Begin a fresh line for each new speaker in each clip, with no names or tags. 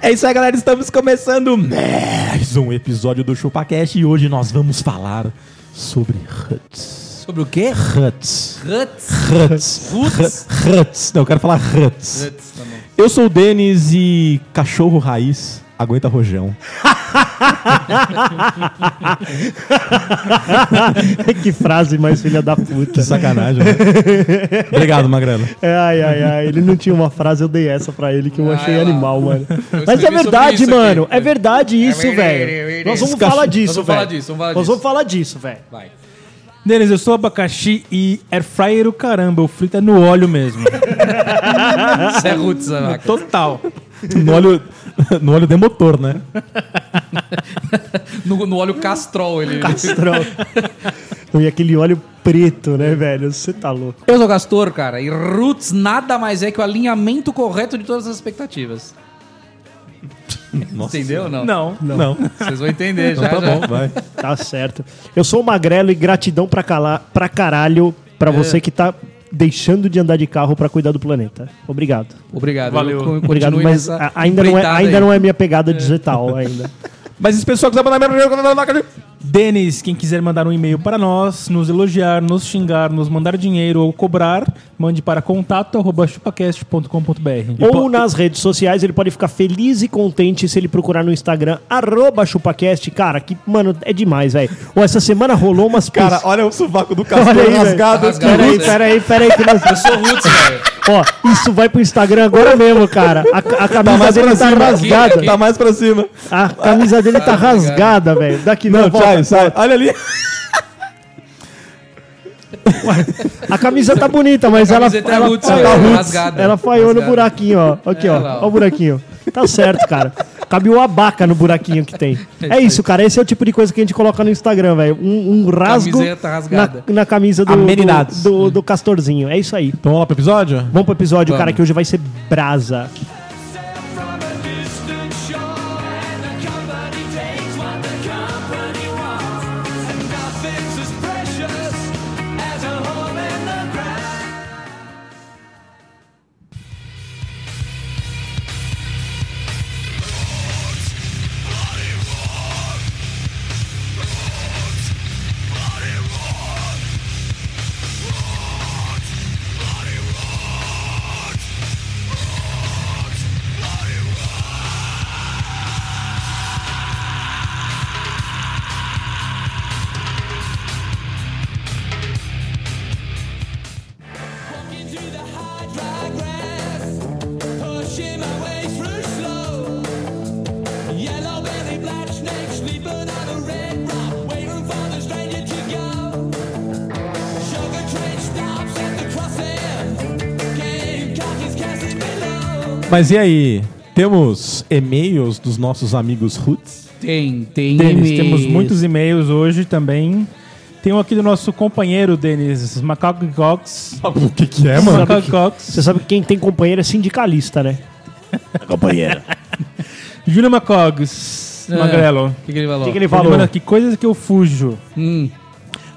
É isso aí, galera. Estamos começando mais um episódio do ChupaCast e hoje nós vamos falar sobre Huts.
Sobre o quê?
Huts.
Huts.
Huts.
Huts?
Hu- Huts. Não, eu quero falar Huts.
Huts, tá bom.
Eu sou o Denis e cachorro raiz aguenta rojão.
que frase mais filha da puta.
Que sacanagem. né? Obrigado, Magrano.
É, ai, ai, ai. Ele não tinha uma frase, eu dei essa pra ele que eu
Ah,
achei
é lá.
animal, mano. Mas
escrevi
é
sobre
verdade,
isso aqui. é
mano. É verdade isso, velho. Nós vamos
Escacho-
falar disso,
Nós vamos falar
velho.
disso, vamos falar
Nós
disso.
vamos falar disso, velho.
Vai.
Denis, eu sou abacaxi e air fryer o caramba, o frito é no óleo mesmo.
Isso é Ruts, Zanaka.
Total.
No óleo, no óleo de motor, né?
No, no óleo Castrol ele.
Castrol. e aquele óleo preto,
É.
né, velho? Você tá louco.
Eu sou Castor, cara, e Roots nada mais é que o alinhamento correto de todas as expectativas.
Nossa.
Entendeu ou não?
Não.
Não.
Vocês vão entender já.
Então tá
já.
bom, vai.
Tá certo. Eu sou o Magrelo e gratidão pra, cala- pra caralho
É.
pra você que tá deixando de andar de carro pra cuidar do planeta. Obrigado.
Obrigado.
Valeu.
Eu con-
Obrigado,
continuo
mas
nessa
a- ainda não, é,
empreitada
ainda
aí.
não é minha pegada digital ainda.
Mas esse pessoal que tá mandando minha.
Denis, quem quiser mandar um e-mail para nós, nos elogiar, nos xingar, nos mandar dinheiro ou cobrar, mande para contato.chupacast.com.br.
Ou nas redes sociais, ele pode ficar feliz e contente se ele procurar no Instagram, arroba chupacast. Cara, que, mano, é demais, velho. Ou essa semana rolou umas
Cara,
pes-
olha o sovaco do
Olha aí,
cachorro
velho.
rasgado.
Rasgado.
Peraí, peraí, peraí. Que nós...
Eu sou Roots, velho.
Ó, isso vai pro Instagram agora mesmo, cara. A, ca- a
Tá
camisa
mais pra
dele tá
cima.
rasgada.
aqui.
Tá mais pra cima.
A camisa dele tá
obrigado.
rasgada, velho. Daqui
Não,
não, volta.
sai, sai. Então Olha ali.
A camisa tá bonita, mas ela,
camiseta é
ela,
Roots,
falhou,
velho, rasgada.
ela falhou no
Rasgada.
buraquinho, ó. Aqui,
É,
ó.
lá, ó.
Ó o buraquinho. Tá certo, cara. Cabe o abaca no buraquinho que tem. É isso, cara. Esse é o tipo de coisa que a gente coloca no Instagram, velho. Um, um rasgo
Camiseta rasgada.
Na, na camisa do,
Amenidades.
do, do- do Castorzinho. É isso aí.
Então vamos lá pro episódio?
Vamos pro episódio,
Vamos.
cara, que hoje vai ser brasa.
Mas e aí? Temos e-mails dos nossos amigos Roots?
Tem, tem.
Denis,
e-mails.
temos muitos e-mails hoje também. Tem um aqui do nosso companheiro, Denis, Macaco Cox.
O que que é,
Macaco Cox.
Você sabe que quem tem companheiro é sindicalista, né?
Companheiro.
Júlio Macogs.
É.
Magrelo.
O que, que ele falou?
O que, que ele
Ele
falou?
manda aqui, coisas que eu fujo.
Hum,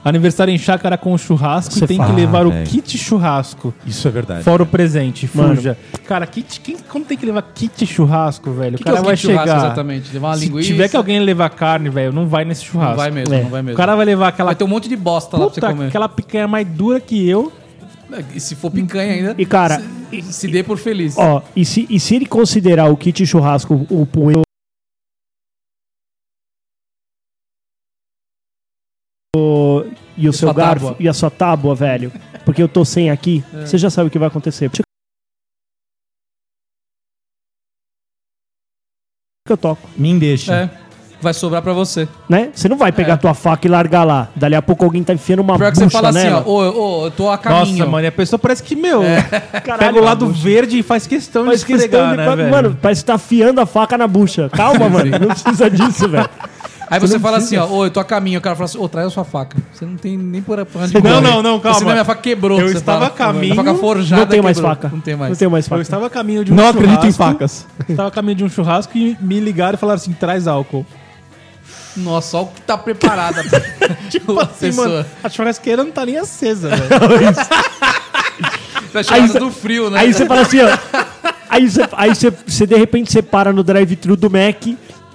Aniversário em chácara com churrasco
Você
e tem
fala,
que levar
velho.
o kit churrasco.
Isso é verdade.
Fora o presente,
Mano.
fuja. Cara, kit, quem, como tem que levar kit churrasco, velho?
o que
o cara
que é o
vai
kit churrasco
chegar.
exatamente? Levar uma
Se
linguiça?
tiver que alguém levar carne, velho, não vai nesse churrasco.
Não Ah, vai mesmo,
É.
não vai
O
mesmo.
cara vai levar aquela,
Vai ter um monte de bosta lá pra
puta,
você comer.
aquela picanha mais dura que eu.
E se for picanha ainda,
E, cara, e-
se dê por feliz.
Ó, e se, e se ele considerar o kit churrasco o punho. e o seu
sua
garfo
tábua. É.
e a sua tábua, velho, porque eu tô sem aqui, você já sabe o que vai acontecer. Que eu toco,
Me deixa.
É. Vai sobrar pra você.
né? Você não vai pegar tua faca e largar lá. Dali a pouco alguém tá enfiando uma
É. Pior que
bucha né,
você fala assim,
nela.
ó, ô, ô, eu tô a
Nossa,
caminho. É.
mano, e a pessoa parece que, meu,
Caralho,
pega o lado
uma bucha.
verde e faz questão
Mas
de esfregar,
questão de...
né, velho?
Mano, parece que tá afiando a faca na bucha. Calma, mano. Não precisa disso, velho.
Aí você fala assim, ó, ô, eu tô a caminho. O cara fala assim, ô, traz a sua faca. Você não tem nem por onde
Não,
correr.
não, não, calma.
Você minha faca quebrou.
Eu
você
estava a
fala.
caminho,
Minha faca forjada
não tenho mais
quebrou.
faca.
Não tem mais.
Não tenho mais
Eu
faca.
estava a caminho de um
Não acredito em
churrasco.
facas.
Estava a caminho de um churrasco e me ligaram e falaram assim: traz álcool.
Nossa, só o que tá preparada. tipo
Assim, mano, a churrasqueira não tá nem acesa, velho.
Tá chamada
cê-
do frio, né?
Aí você fala assim, ó. Aí você, aí você, você, de repente você para no drive-thru do Mac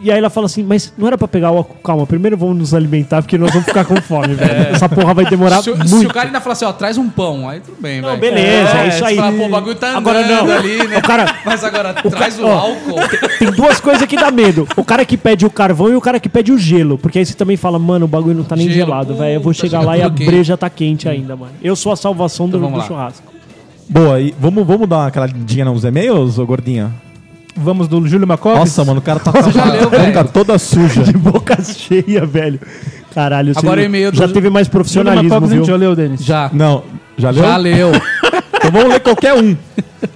e aí ela fala assim, mas não era pra pegar o álcool. Calma, primeiro vamos nos alimentar porque nós vamos ficar com fome,
É.
velho. Essa porra vai demorar
se, o-
muito.
se o cara ainda falar assim, ó, traz um pão, aí tudo bem, velho.
beleza, é isso
você
aí.
Fala, Pô, o bagulho tá andando
Agora não.
ali, né?
O cara-
Mas agora, traz o
ó.
álcool.
Tem duas coisas que dá medo. O cara que pede o carvão e o cara que pede o gelo. Porque aí você também fala, mano, o bagulho não tá nem
Gelo,
gelado, velho. Eu vou
puta,
chegar
chega
lá e a
tudo quente.
breja tá quente ainda, mano. Eu sou a salvação do,
Então vamos lá.
do churrasco.
Boa, e vamos, vamos dar uma caladinha nos e-mails, ô gordinha?
Vamos do Júlio Macó.
Nossa, mano, o cara tá com a
já leu,
boca
velho.
toda suja.
De boca cheia, velho. Caralho, você
Agora
não-
o e-mail do
já
Ju-
teve mais
Júlio Macó,
profissionalismo,
a gente
viu?
já leu, Denis.
Já.
Não, já leu?
Já leu.
Então vamos ler qualquer um.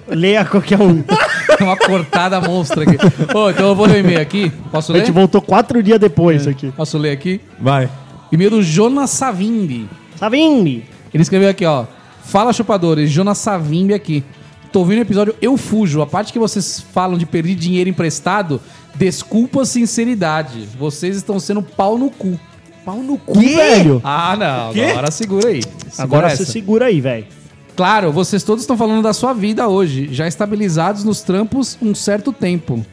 Leia qualquer um.
Tem uma cortada monstra aqui. Ô, então eu vou ler o e-mail aqui. Posso
A
ler?
gente voltou quatro dias depois aqui.
Posso ler aqui?
Vai.
E-mail do Jonas Savimbi.
Savini!
Ele escreveu aqui, ó. Fala, chupadores. Jonas Savimbi aqui. Tô ouvindo o episódio Eu Fujo. A parte que vocês falam de perder dinheiro emprestado, desculpa a sinceridade. Vocês estão sendo pau no cu. Pau no cu,
velho?
Ah, não. Agora segura aí. Segura
Agora
essa.
você segura aí, velho.
Claro, vocês todos estão falando da sua vida hoje, já estabilizados nos trampos um certo tempo.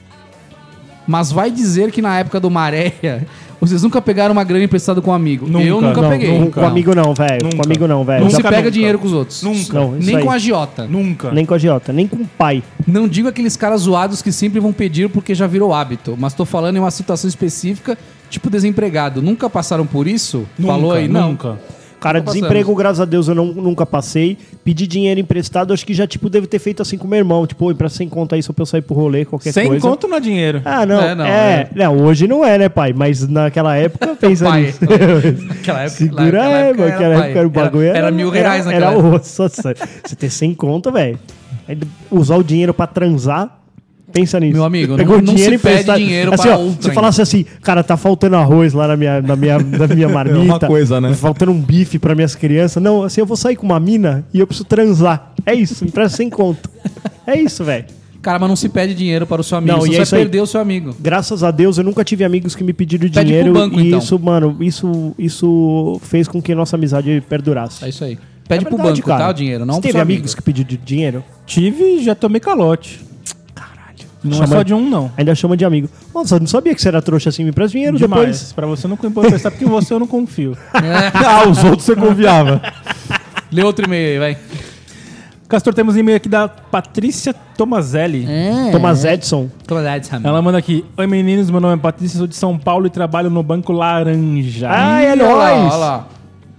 Mas vai dizer que na época do Maréia, vocês nunca pegaram uma grana emprestada com um amigo.
Nunca.
Eu nunca
Não,
peguei.
Com um amigo não, velho. Com
Nunca.
amigo não, velho.
Não se
Já-
pega
nunca.
dinheiro com os outros.
É, Nunca.
Não, isso
Nem com
aí.
agiota.
Nunca.
Nem com a Giota, nem com o pai.
Não digo aqueles caras zoados que sempre vão pedir porque já virou hábito, mas tô falando em uma situação específica, tipo desempregado. Nunca passaram por isso?
Nunca,
Falou aí? Não.
Nunca.
Cara,
Nunca
desemprego, graças a Deus, eu não- nunca passei. Pedi dinheiro emprestado, acho que já, tipo, devo ter feito assim com meu irmão. Tipo, oi, pra sem conta aí, só pra eu sair pro rolê, qualquer
Sem
coisa.
conto não é dinheiro.
Ah, não. É,
É,
não,
não,
é, hoje não é, né, pai? Mas naquela época, pensa
Pai.
nisso.
Naquela época-
Segura,
naquela
é,
época
mano.
era
Naquela
pai.
época era o
Era-
bagulho.
era mil reais
era,
naquela
era osso. nossa. Você ter 100 conto, velho. Aí Usar o dinheiro pra transar. Pensa nisso.
Meu amigo,
Pegou
não- não
dinheiro
se pede
emprestado.
dinheiro
assim,
pra
ó,
outrem.
Se falasse assim, cara, tá faltando arroz lá na minha, na minha, na
É
minha marmita.
uma coisa, né?
Faltando um bife pra minhas crianças. Não, assim, eu vou sair com uma mina e eu preciso transar. É isso, me empresta sem conto. É isso, velho.
Cara, mas não se pede dinheiro para o seu amigo.
Não,
Não,
e é
você
isso
vai
aí.
perder o seu amigo.
Graças a Deus, eu nunca tive amigos que me pediram
Pede pro
dinheiro.
banco,
e
então.
isso, mano, isso, isso fez com que nossa amizade perdurasse.
É isso aí. Pede
É
pro
verdade,
banco,
cara.
tá? O dinheiro, não
Você
pro
teve
seu amigo.
amigos que pediram de dinheiro?
Tive e já tomei calote. Não
Chama-
é só de um, não.
Ainda chama de amigo. Nossa, eu não sabia que você era trouxa assim, me empresta dinheiro
Demais. Pra você não pode pensar, porque em você eu não confio.
Ah, os outros você confiava.
Lê outro e-mail aí, vai.
Castor, temos e-mail aqui da Patrícia Tomazelli.
depois. Thomas Edson.
Ela manda aqui: Oi meninos, meu nome é Patrícia, sou de São Paulo e trabalho no Banco Laranja.
Ah, é
Olha lá,
nóis!
olha lá.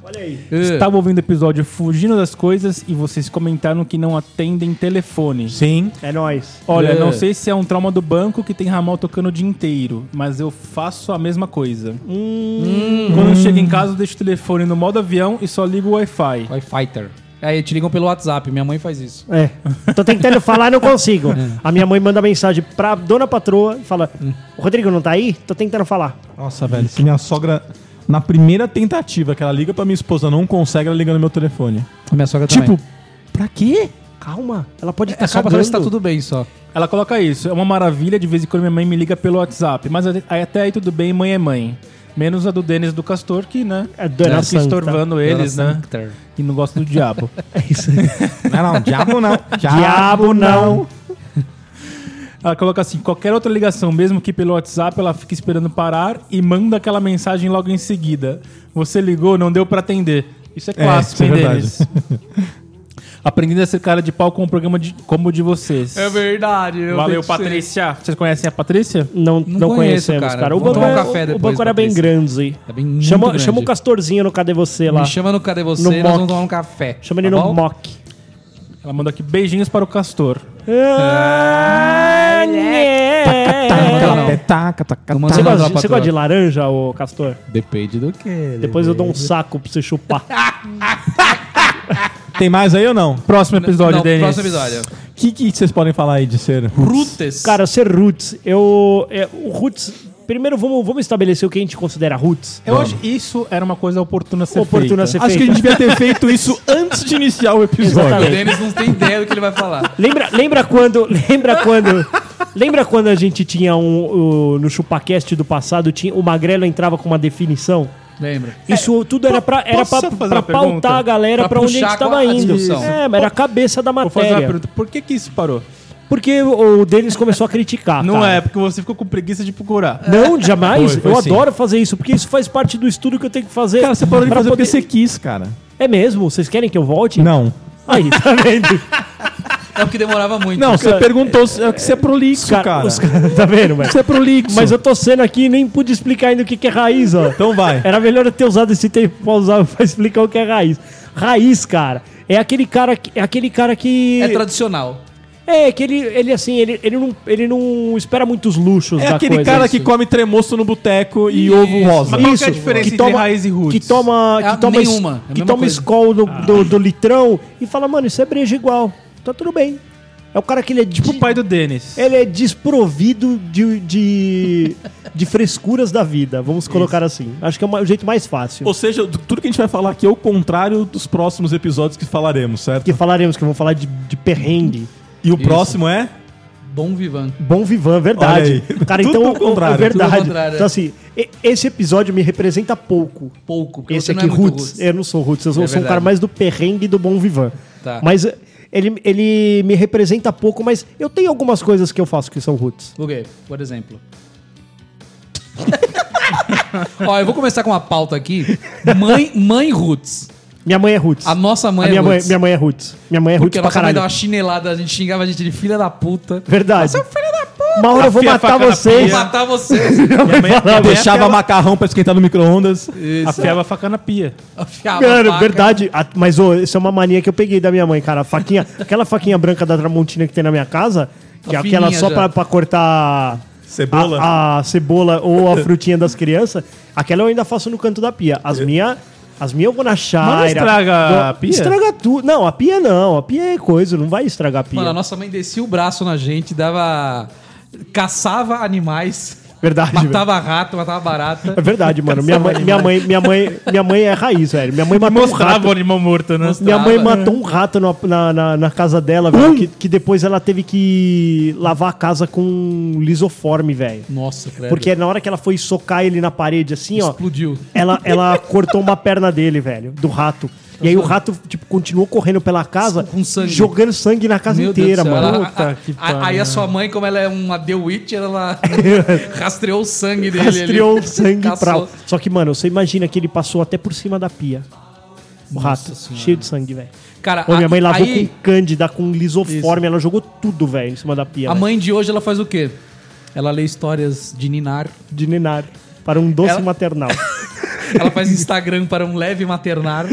Olha aí.
Estava ouvindo o episódio Fugindo das Coisas e vocês comentaram que não atendem telefone.
Sim.
É nóis.
Olha,
É.
não sei se é um trauma do banco que tem ramal tocando o dia inteiro, mas eu faço a mesma coisa.
Hum.
Quando eu chego em casa, eu deixo o telefone no modo avião e só ligo o Wi-Fi.
Vai Fighter. Aí te ligam pelo WhatsApp, minha mãe faz isso.
É. Tô tentando falar e não consigo. A minha mãe manda mensagem pra dona patroa e fala: O Rodrigo não tá aí? Tô tentando falar.
Nossa, velho, se minha sogra. Na primeira tentativa que ela liga pra minha esposa, não consegue, ela liga no meu telefone.
A minha sogra
Tipo,
também.
pra quê?
Calma, ela pode estar
É só pra saber se tá tudo bem só.
Ela coloca isso: é uma maravilha, de vez em quando minha mãe me liga pelo WhatsApp, mas aí- aí até aí tudo bem, mãe é mãe. Menos a do Denis e do Castor, que, né?
É dona
fica
santa.
estorvando eles, né?
Fighter.
E não gosta do diabo.
É isso aí.
Não, não, diabo não.
Diabo não.
Ela coloca assim: qualquer outra ligação, mesmo que pelo WhatsApp, ela fica esperando parar e manda aquela mensagem logo em seguida. Você ligou, não deu pra atender. Isso é clássico,
isso é
hein,
verdade.
Denis? Aprendendo a ser cara de pau com um programa de, como o de vocês.
É verdade. eu
Valeu,
tenho que ser.
Patrícia. Vocês conhecem a Patrícia?
Não
Não, não,
conheço,
conhecemos,
cara.
cara. O
Vamos
banco,
tomar um
é-
café
o
depois,
banco era bem
Patrícia.
grande.
Tá bem muito
Chama,
grande.
chama o Castorzinho no Cadê Você lá.
Me chama no Cadê Você,
No
nós
mock.
vamos tomar um café.
Chama ele
tá
no
bom?
mock.
Ela manda aqui beijinhos para o Castor.
Ah, né.
É. Não,
Taca, taca,
não.
Você
Manda
gosta
lá
de-
pra
você gosta de
patroa.
laranja, ô Castor?
Depende do que.
Depois eu dou um saco pra você chupar.
Tem mais aí ou não?
Próximo episódio,
Não,
Denis.
próximo episódio.
O que, que vocês podem falar aí de ser?
Rutes.
Cara, ser roots, eu. é, o roots. Primeiro vamos, vamos estabelecer o que a gente considera roots.
É
Eu acho que isso era uma coisa oportuna a ser
Oportuna a
feita.
ser
Acho que a gente devia ter feito isso antes de iniciar o episódio.
o Denis não tem ideia do que ele vai falar.
Lembra, lembra quando. Lembra quando. Lembra quando a gente tinha um. o- no chupacast do passado, tinha, o Magrelo entrava com uma definição?
Lembra?
Isso tudo era pra, era
posso
pra,
fazer
pra
uma pergunta?
pautar a galera
Pra
pra onde a
puxar
gente
com a
tava indo.
discussão.
É, mas era a cabeça da
Vou fazer uma
matéria.
pergunta. Por que que isso parou?
Porque o Denis começou a criticar.
Não
cara.
é, porque você ficou com preguiça de procurar.
Não, jamais.
Foi, foi
eu
sim.
adoro fazer isso, porque isso faz parte do estudo que eu tenho que fazer.
Cara, você parou de
pra
fazer porque
poder-
você quis, cara.
É mesmo? Vocês querem que eu volte?
Não.
Aí, tá vendo?
É o que demorava muito.
Não, você perguntou se- é que você é prolixo, cara.
os caras- tá vendo, velho?
Você é prolixo.
Mas eu tô sendo aqui e nem pude explicar ainda o que, que é raiz, ó.
Então vai.
Era melhor eu ter usado esse tempo pra, usar, pra explicar o que é raiz. Raiz, cara, é aquele cara que. É aquele cara que.
É tradicional.
É, que ele, ele assim, ele, ele, não, ele não espera muitos luxos
É
da
aquele
coisa.
cara
Isso.
que come tremoço no boteco e ovo rosa.
Mas qual que é a diferença entre raiz e roots?
Que toma, que
É,
toma, es-
nenhuma, é a
que
mesma
toma
coisa.
escol do, do, do litrão e fala, mano, isso é breja igual. Tá tudo bem. É o cara que ele é
Tipo
de-
o pai do Denis.
Ele é desprovido de, de, de frescuras da vida, vamos colocar assim. Acho que é uma- o jeito mais fácil.
Ou seja, d- tudo que a gente vai falar aqui é o contrário dos próximos episódios que falaremos, certo?
Que falaremos, que vamos falar de, de perrengue.
E o próximo é?
Bom vivan.
Bom vivan,
Olha
verdade.
aí.
Cara,
Tudo
então.
ao contrário.
É verdade.
Tudo ao contrário, é.
Então, assim, e- esse episódio me representa pouco.
Pouco. porque
Esse
você não
aqui,
é muito
Roots. Eu não sou Roots, eu sou,
É
sou um
verdade.
cara mais do perrengue e do bom vivan.
Tá.
Mas eh, ele, ele me representa pouco, mas eu tenho algumas coisas que eu faço que são Roots.
O quê? Por exemplo. Ó, eu vou começar com uma pauta aqui. Mãe, mãe Roots.
Minha mãe é Roots.
A nossa mãe
A minha,
é
mãe,
Roots.
minha mãe é Roots. Minha mãe é Roots
Porque a
pra
nossa mãe
caralho.
dava uma chinelada, a gente xingava a gente de filha da puta.
Verdade.
Você é um filho da puta.
Uma hora eu vou
Afia a
matar
faca na
Vou
vocês.
matar vocês.
Minha
é
mãe- minha mãe
Deixava
afiava-
macarrão pra esquentar no micro-ondas.
afiava a faca na pia.
Afiava a
Cara,
faca.
verdade. A- mas ô, isso é uma mania que eu peguei da minha mãe, cara. A faquinha, aquela faquinha branca da Tramontina que tem na minha casa, que é
Tá
aquela
fininha
só
já.
pra, pra cortar
Cebola?
a, a cebola ou a frutinha das crianças, aquela eu ainda faço no canto da pia. As minhas. As minhas eu vou na chaira.
estraga
vou-
a pia?
Estraga tudo. Não, a pia não. A pia é coisa, não vai estragar a pia.
Mano, a nossa mãe descia o braço na gente, dava. caçava animais.
Verdade,
Matava rato, matava barata.
É verdade, mano. Minha mãe, minha mãe, minha mãe, minha mãe é raiz, velho. Minha mãe matou um
Mostrava
rato.
o Tá animal morto, né?
Minha mãe
Mostrava.
matou um rato na, na, na- na casa dela, velho.
Hum!
Que, que depois ela teve que lavar a casa com lisoforme, velho.
Nossa, credo.
Porque é na hora que ela foi socar ele na parede, assim, ó.
explodiu.
Ela, ela cortou uma perna dele, velho, do rato. E aí o rato, tipo, continuou correndo pela casa,
Com sangue.
jogando sangue na casa
Meu Deus
inteira,
do céu,
mano.
ela- a- a-
Puta que
a-
pariu.
aí a sua mãe, como ela é uma The Witcher, ela rastreou o sangue dele. ali.
Rastreou o sangue pra.
Caçou.
Só que, mano, você imagina que ele passou até por cima da pia. O rato, cheio de sangue, velho.
Cara,
Pô, minha
a-
mãe lavou
aí,
com cândida, com lisoforme, ela jogou tudo, velho, em cima da pia.
A
velho.
mãe de hoje, ela faz o quê? Ela lê histórias de Ninar.
de ninar para um doce
Ela-
maternal.
Ela faz Instagram para um leve maternar.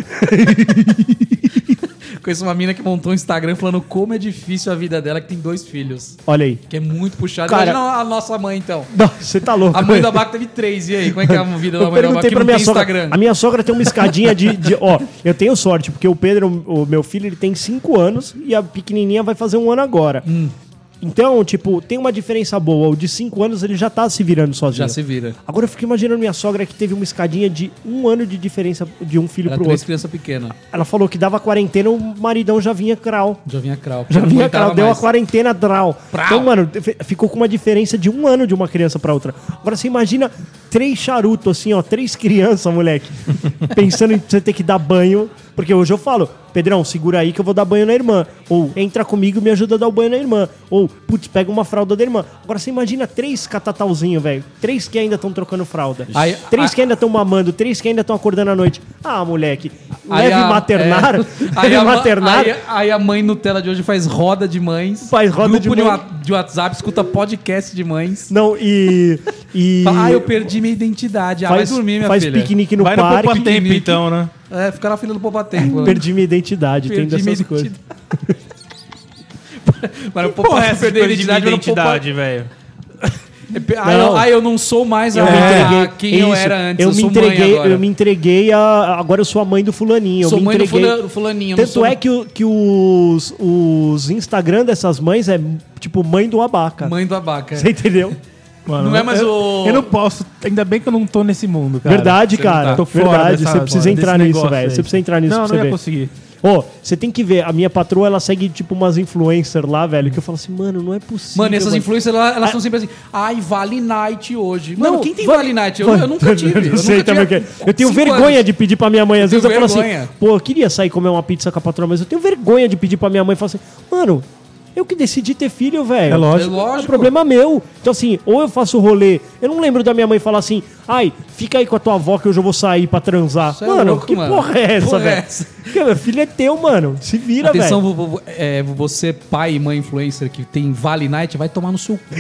Conheço uma mina que montou um Instagram falando como é difícil a vida dela, que tem dois filhos.
Olha aí.
Que é muito puxado.
Cara-
Imagina a nossa mãe, então.
Não, Você tá louco.
A mãe da Baca teve três. E aí, como é que é a vida da
Eu
mãe da Baca
perguntei
que
pra
não tem
minha sogra.
Instagram?
A minha sogra tem uma escadinha de, de- Ó, eu tenho sorte, porque o Pedro, o meu filho, ele tem 5 anos e a pequenininha vai fazer um ano agora.
Hum.
Então, tipo, tem uma diferença boa. O de 5 anos ele já tá se virando
Já
sozinho.
se vira.
Agora eu fico imaginando minha sogra que teve uma escadinha de um ano de diferença de um filho
Era
pro
três
outro.
crianças pequenas.
Ela falou que dava quarentena, o maridão já vinha cral.
Já vinha crau.
Já
Não
vinha
aguentava
cara, deu a
mais.
quarentena draw.
Prau.
Então, mano, fe- ficou com uma diferença de um ano de uma criança pra outra. Agora você imagina três charutos, assim, ó, três crianças, moleque, pensando em você ter que dar banho. Porque hoje eu falo, Pedrão, segura aí que eu vou dar banho na irmã. Ou entra comigo e me ajuda a dar o banho na irmã. Ou, putz, pega uma fralda da irmã. Agora você imagina três catatauzinho, velho. Três que ainda estão trocando fralda.
Aí-
três
a-
que ainda estão mamando, três que ainda estão acordando à noite. Ah, moleque, leve
a-
maternar.
é. aí,
leve
a, ma-
maternar.
aí- aí a mãe Nutella de hoje faz roda de mães.
Faz roda de
grupo
mãe.
wa- de WhatsApp, escuta podcast de mães.
Não, e. e
Fala, ah, eu perdi minha identidade. Ah,
faz,
vai dormir, minha
faz
filha.
piquenique no
Vai no
parque.
poupa tempo,
piquenique.
então, né?
É, fica na fila do poupa-tempo. né?
Perdi minha identidade, tem
Perdi minha
dessas coisas.
identidade. Mas o poupa
Porra, essa
perder a
perdi minha
identidade, mas o Poupa-
identidade, velho.
É, pe- Ah, eu,
Não.
ah, eu não sou mais a,
Eu me
a
entreguei.
quem eu
Isso,
era antes.
Eu,
Eu,
me
sou
entreguei,
mãe agora.
eu me entreguei a. Agora eu sou a mãe do fulaninho. Eu
sou
me
mãe do
entreguei.
fula- fulaninho. eu não
Tanto
sou
é que, o- que os, os Instagram dessas mães é tipo mãe do abaca.
Mãe é. do abaca.
Você entendeu?
Mano,
Não é mais
eu-
o-
Eu não posso. Ainda bem que eu não tô nesse mundo, cara.
Verdade,
você não
cara.
tá.
Tô fora
Verdade,
dessa-
você precisa
desse
entrar nisso,
negócio
velho.
aí.
Você precisa entrar nisso pra
Não, não
você
ia
ver.
conseguir.
Ô, você tem que ver, a minha patroa, ela segue tipo umas influencers lá, velho, que eu falo assim, mano, não é possível.
Mano, essas
mano.
influencers, elas, elas são sempre assim. Ai, Vale Night hoje. Mano,
Ah. Não,
quem tem
Vale-
Vale Night? Eu, eu nunca tive.
Eu não sei
nunca
também o
tive
que. é. Eu tenho
cinco
vergonha
anos.
de pedir pra minha mãe. Às
Eu
vezes eu
tenho
falo assim,
vergonha.
pô, eu queria sair comer uma pizza com a patroa, mas eu tenho vergonha de pedir pra minha mãe. Eu falo assim, mano, eu que decidi ter filho, velho.
É
É
lógico.
É
lógico.
problema meu. Então, assim, ou eu faço rolê. Eu não lembro da minha mãe falar assim, ai, fica aí com a tua avó que hoje eu vou sair pra transar.
Isso é
mano,
louco,
que
mano.
porra é essa,
Porra é
velho?
essa?
Cara, filho é teu, mano. Se vira, velho.
Atenção, vo- vo- é, você, pai e mãe influencer que tem Vale Night, vai tomar no seu cu.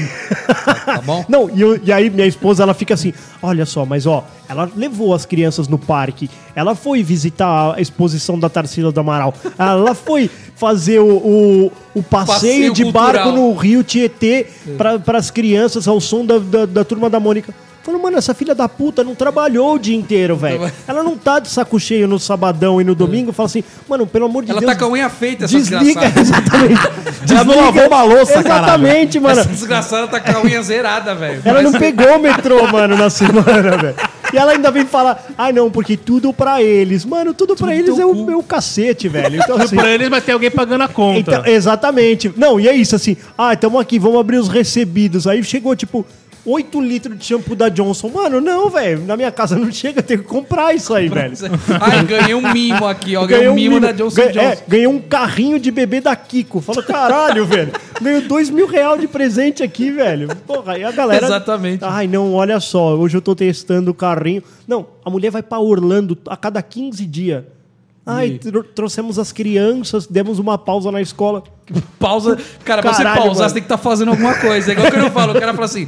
tá, tá bom?
Não, e, eu- e aí minha esposa, ela fica assim, olha só, mas ó, ela levou as crianças no parque, ela foi visitar a exposição da Tarsila do Amaral, ela foi fazer o, o, o passeio,
Passeio
de barco
cultural.
no Rio Tietê para as crianças ao som da, da, da Turma da Mônica. Falou, mano, essa filha da puta não trabalhou o dia inteiro, velho. Ela não tá de saco cheio no sabadão e no domingo. Fala assim, mano, pelo amor de
Ela
Deus.
tá com a unha feita, essa
Desliga,
desgraçada.
exatamente.
Ela não lavou uma louça, caralho.
Exatamente, mano.
Essa desgraçada tá com a unha zerada, velho.
Ela não
Mas-
pegou o metrô, mano, na semana, velho. E ela ainda vem falar, ai não, porque tudo pra eles. Mano, tudo, pra eles é o meu cacete, velho. Então, assim,
Pra eles vai ter alguém pagando a conta.
então, exatamente. Não, e é isso, assim, ah, tamo aqui, vamos abrir os recebidos. Aí chegou, tipo, 8 litros de shampoo da Johnson. Mano, não, velho, na minha casa não chega, eu tenho que comprar isso aí, velho.
Ai, ganhei um mimo aqui, ó. Ganhei um mimo, da Johnson
ganhei,
Johnson.
é, ganhei um carrinho de bebê da Kiko. Fala, caralho, velho. Ganhei dois mil reais de presente aqui, velho. Porra, e a galera.
Exatamente.
Ai, não, olha só. Hoje eu tô testando o carrinho. Não, a mulher vai pra Orlando a cada 15 dias. Ai, tro- trouxemos as crianças, demos uma pausa na escola.
pausa. Cara, pra você
Caralho,
pausar,
mano.
você tem que estar fazendo alguma coisa. É igual que eu falo, o cara fala assim.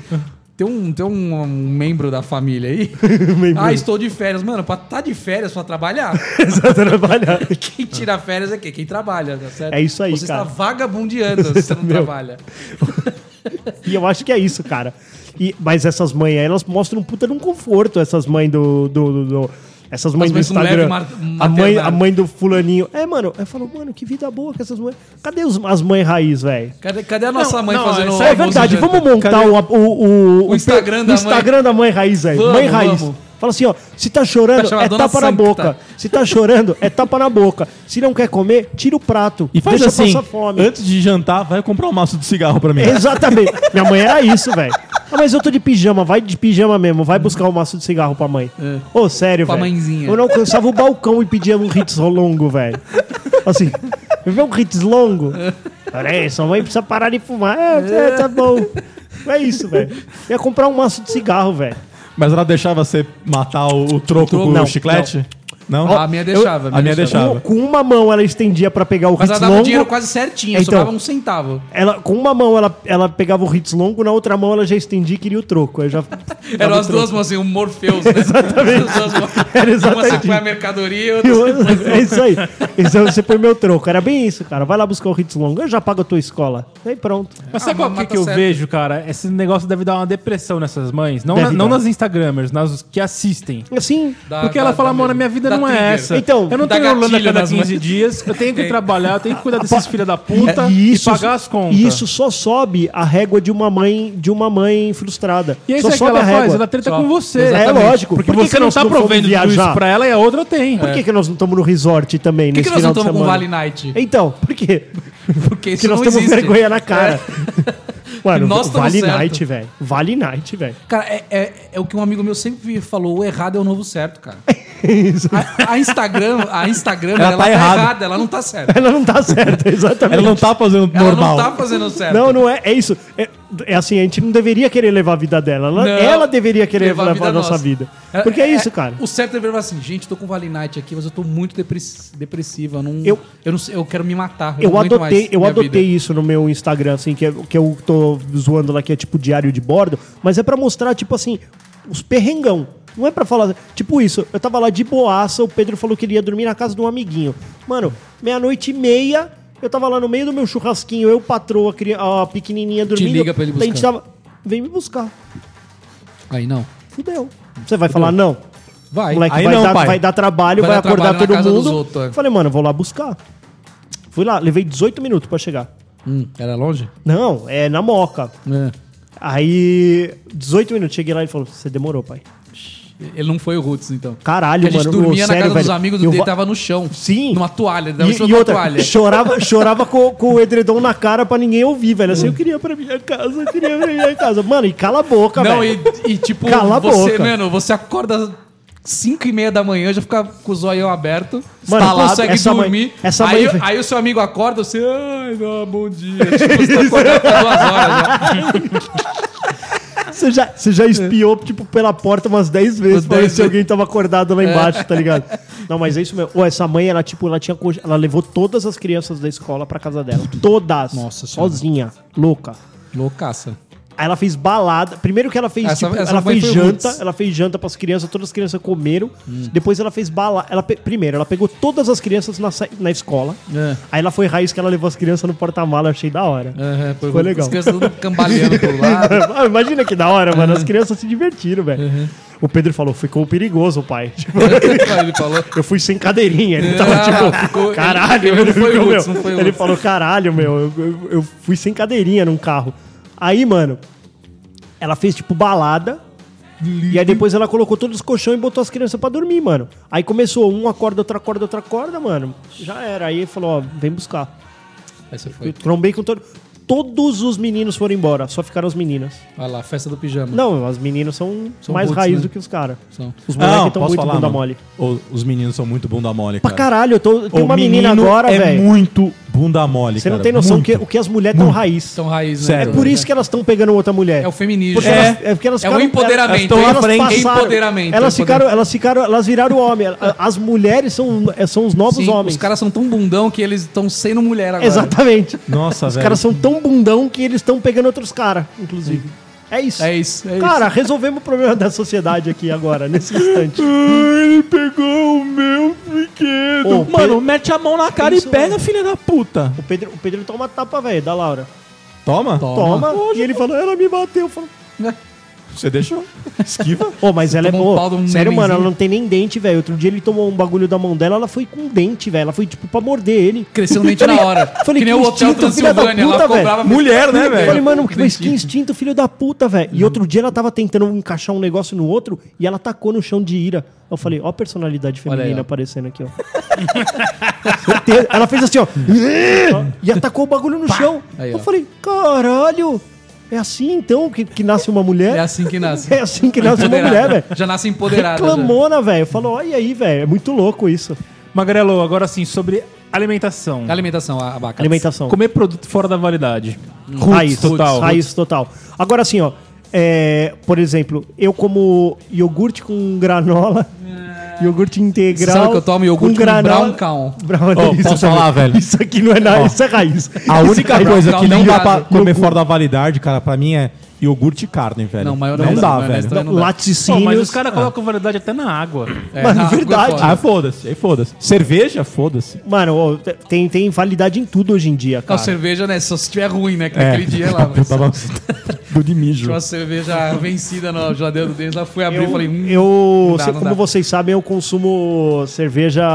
Tem um, tem um, um membro da família aí. ah, estou de férias. Mano, pra tá de férias pra trabalhar.
Precisa trabalhar.
Quem tira férias é quem? Quem trabalha, tá certo?
É isso aí,
você
cara.
está vagabundeando se você não
Meu.
trabalha.
E eu acho que é isso, cara. E, mas essas mães aí, elas mostram um puta de um conforto, essas mães do. do, do- do- essas mães
As
do
mães com
Instagram.
um leve mar-
a, mãe, a
maternidade.
mãe do fulaninho. É, mano, eu falo, mano, que vida boa que essas mães. Cadê os- as mães raiz, velho?
Cadê, cadê a nossa
Não,
mãe
não,
fazendo um
isso
É
almoço
verdade,
e janta?
vamos montar
Cadê-
o, o, o,
O Instagram
o
da
Instagram da mãe raiz aí.
Vamos,
mãe raiz.
vamos.
Fala assim, ó, se tá chorando,
Vai chamar
é
a Dona
tapa na
Sancta.
boca. Se tá chorando, é tapa na boca. Se não quer comer, tira o prato.
E faz
deixa
assim,
passar fome.
antes de jantar, vai comprar um maço de cigarro pra mim.
Exatamente. Minha mãe era isso, velho. Ah, mas eu tô de pijama, vai de pijama mesmo, vai buscar um maço de cigarro pra mãe. Ô, sério,
É. Pra
velho.
mãezinha.
Eu não alcançava o balcão e pedia um hits longo, velho. Assim, me vê um hits longo? Peraí, sua mãe precisa parar de fumar. É, é, tá bom. É isso, velho. Eu Ia comprar um maço de cigarro, velho.
Mas ela deixava você matar o, o troco com
Não,
o chiclete? Não.
Ah, a minha deixava.
a minha deixava.
Com, com uma mão ela estendia pra pegar o
Ah, Mas
hits
ela dava o
longo.
dinheiro quase certinho,
Então.
sobrava um centavo.
Ela, com uma mão ela, ela pegava o hits longo, na outra mão ela já estendia e queria o troco. Aí já
Eram as duas mãos assim, um Morpheus, né? Exatamente.
Era
Uma você
exatamente.
põe a mercadoria e outra
Eu- é isso aí. Isso aí você põe meu troco. Era bem isso, cara. Vai lá buscar o Hits Longo. Eu já pago a tua escola. Aí pronto.
Mas
Ah,
sabe qual
mas
que,
tá
que eu
certo.
vejo, cara? Esse negócio deve dar uma depressão nessas mães. Não,
Deve
na- não
dar.
nas Instagramers, nas que assistem.
Assim.
Da-
Porque
da-
ela fala,
da-
mano, a minha vida
da
não
trigger.
é essa.
Então,
eu não
dá
tenho Holanda a
gatilho
cada
nas
15
mães.
dias, eu tenho que
É.
trabalhar, eu tenho que cuidar desses filhos da puta
É, e
e,
isso-
pagar as contas.
E isso só sobe a régua de uma mãe, de uma mãe frustrada.
E é aí
só
sabe o que
sobe
ela
a régua.
faz? Ela treta
Só.
com você.
É
Exatamente.
lógico.
Porque
Por que
você
que
não
nós
tá
fomos
provendo tudo isso
viajar?
pra ela e a outra tem.
Por que, que nós não estamos no resort também
Por que,
nesse
que nós
final
não
de
estamos com
semana?
Vale Night?
Então, por quê?
Porque isso
Porque nós
não
temos
existe.
vergonha
É.
na cara. Mano,
Nós estamos
Vale
certo.
Night, velho. Vale Night, velho.
Cara, é, é- é o que um amigo meu sempre falou: o errado é o é novo certo, cara.
Isso.
A, a Instagram, a Instagram, ela,
Ela tá
tá,
errada.
errada, ela não tá certa.
Ela não tá certa, exatamente.
Ela não tá fazendo
Ela
normal.
não tá fazendo certo.
Não, não é. É isso. É, é assim, a gente não deveria querer levar a vida dela. Ela,
Não.
ela deveria querer levar, a nossa, vida.
É-
Porque é, isso, cara.
O certo é ver assim, gente, tô com Valinite aqui, mas eu tô muito depres- depressiva. eu Não,
Eu-
eu, não sei, eu quero me matar.
Eu
não aguento
adotei,
um mais
eu
minha
adotei
vida.
isso no meu Instagram, assim, que, é- que eu tô zoando lá, que é tipo diário de bordo, mas é pra mostrar, tipo assim, os perrengão. Não é pra falar, tipo isso, eu tava lá de boaça, o Pedro falou que ele ia dormir na casa de um amiguinho. Mano, meia-noite e meia, eu tava lá no meio do meu churrasquinho, eu, patroa, a cri- a pequenininha dormindo.
liga pra ele
A gente
buscar.
tava, vem me buscar.
Aí não.
Fudeu. Você vai falar não?
Vai.
moleque
aí
vai,
não,
dar,
pai.
vai dar trabalho, vai,
Vai dar
acordar
trabalho na
todo
casa dos
mundo.
outros, é.
Falei, mano, vou lá buscar. Fui lá, levei 18 minutos pra chegar.
Hum, era longe?
Não, é na moca.
É.
Aí, 18 minutos, cheguei lá e ele falou: Você demorou, pai.
Ele não foi o Roots, então.
Caralho,
a gente
mano,
dormia
ô,
na
sério,
casa dos
velho.
amigos
Eu
dele,
va-
tava no chão.
Sim.
Numa toalha. Ele dava em
E,
cima
e
de uma
outra,
toalha.
chorava, chorava com, com o edredom na cara pra ninguém ouvir, velho. Assim, eu
Hum.
queria pra minha casa, eu queria pra minha casa. Mano, e cala a boca,
Não,
velho.
e, e tipo,
Cala a
você,
boca.
mano, você acorda 5 e meia da manhã, já fica com o zoião aberto,
Mano,
não consegue
essa mãe-
dormir.
essa
aí,
mãe-
aí o seu amigo acorda, você, ai, não, bom dia. Tipo, você tá acordado por duas horas né? já.
Você já, você já espiou, tipo, pela porta umas 10 vezes
É. Umas
pra ver
10
se alguém tava acordado lá embaixo, tá ligado? Não, mas é isso mesmo. Ô, essa mãe, ela, tipo, ela tinha. conge- Ela levou todas as crianças da escola pra casa dela. Todas.
Nossa Senhora.
Sozinha. Louca.
Loucaça.
Aí ela fez balada. Primeiro que ela fez,
Essa-
tipo,
essa
ela
mãe foi
fez janta,
roots. Hum.
ela fez janta pras crianças, todas as crianças comeram. Depois ela fez balada. Ela pe- Primeiro, ela pegou todas as crianças na, sa- na escola.
É.
Aí ela foi raiz que ela levou as crianças no porta-mala, eu achei da hora.
Aham,
É, foi,
com-
legal.
As crianças tudo cambaleando pro lado.
Ah, Imagina que da hora, mano. As crianças se divertiram, velho.
Uhum.
O Pedro falou, ficou perigoso, pai. Tipo,
ele falou.
eu fui sem cadeirinha. Ele tava
Ah,
tipo,
ficou- ele-
caralho.
ele não foi
ficou,
Woods,
meu.
não foi
Ele
Woods.
falou, caralho, meu. Eu, eu- eu fui sem cadeirinha num carro. Aí, mano, ela fez tipo balada. E aí depois ela colocou todos os colchão e botou as crianças pra dormir, mano. Aí começou um acorda, outra acorda, outra acorda, mano. Já era. Aí ele falou, ó, vem buscar.
Aí você
Eu
foi.
trombei com todo... Todos os meninos foram embora, só ficaram as meninas.
Vai lá, festa do pijama.
Não, as meninas são,
São
mais
roots,
raiz
né?
do que os caras.
São.
Os
Não,
moleques estão
posso
muito
falar,
bunda
mano?
mole.
O- os meninos são muito bunda mole,
Pra
cara.
caralho, eu tô, tem
O
uma menina
menino
agora,
é
velho.
muito bunda mole,
Você
cara.
não tem noção
Muito. Então,
que, o que as mulheres tão raiz.
São raízes,
Sério.
É por isso que elas estão pegando outra mulher.
É o feminismo.
Porque
É.
elas- é porque elas
É o empoderamento,
Elas,
é
elas
frente.
passaram-
Empoderamento,
Elas
é
ficaram, elas ficaram, elas viraram homem. A- As mulheres são, é, são os novos
Sim,
homens.
Os caras são tão bundão que eles estão sendo mulher agora.
Exatamente.
Nossa,
Os
velho.
caras são tão bundão que eles estão pegando outros caras, inclusive. É isso.
É isso, é
Cara, resolvemos o problema da sociedade aqui agora, nesse instante.
Ele pegou o meu brinquedo.
Ô,
Mano, mete a mão na cara
Então, Isso,
e pega,
mano.
filha da puta.
O Pedro, o Pedro toma tapa, velho, da Laura.
Toma.
Toma. E ele falou, ela me bateu. Eu falo,
isso.
Você deixou. Esquiva.
Pô, mas ela é
Tomou um
boa.
pau de um
Sério,
nenenzinho.
mano, ela não tem nem dente, velho. Outro dia ele tomou um bagulho da mão dela, ela foi com um dente, velho. Ela foi, tipo, pra morder ele.
Cresceu um dente na hora.
Falei,
que nem
que
o Hotel
instinto, filha da
Transilvânia,
puta,
ela cobrava
velho.
Mulher, né,
Eu falei,
velho?
mano, mas que instinto, filho da puta, velho. E outro dia ela tava tentando encaixar um negócio no outro e ela tacou no chão de ira. Eu falei, ó a personalidade
Olha aí,
feminina
ó.
aparecendo aqui, ó. Certeza. ela fez assim, ó. e atacou o bagulho no chão.
Aí,
eu
ó.
falei, caralho. É assim, então, que, que nasce uma mulher?
É assim que nasce.
É assim que nasce uma
Empoderada.
mulher, velho.
Já nasce empoderada.
Reclamona, velho. Falou, olha aí, velho. É muito louco isso.
Magrelo, agora sim, sobre alimentação.
já. É Alimentação, a- abacate.
Alimentação.
Comer produto fora da validade.
Raiz total. Raiz total. Agora, assim, ó. é, por exemplo, eu como iogurte com granola. Iogurte integral.
É. Sabe que eu tomo iogurte com
granola-
brown cow.
Brown-
Ô,
isso
posso
também.
falar, velho?
Isso aqui não é nada, isso é raiz.
A
Isso
única
é raiz.
coisa
né?
que não dá pra
Iogurte.
comer fora da validade, cara, pra mim é iogurte e carne, velho.
Não,
não,
maionese não, é
dá,
maionese
velho.
também. não dá.
Laticínios. ah,
Pô, mas os caras colocam validade até na água.
É,
Mano,
na-
verdade.
coisa
Ah,
fora.
foda-se. Aí foda-se. Cerveja, foda-se.
Mano, ó, tem, tem validade em tudo hoje em dia,
Não,
cara.
cerveja, né? Só se tiver ruim, né? Que
É.
É,
naquele dia lá.
Eu
Mas...
Tá
tava um do de mijo.
Tinha uma cerveja vencida na geladeira do Denis. Lá fui abrir e
Eu,
falei... Hum,
eu-
não dá,
cê-
não
como
dá.
vocês sabem, eu consumo cerveja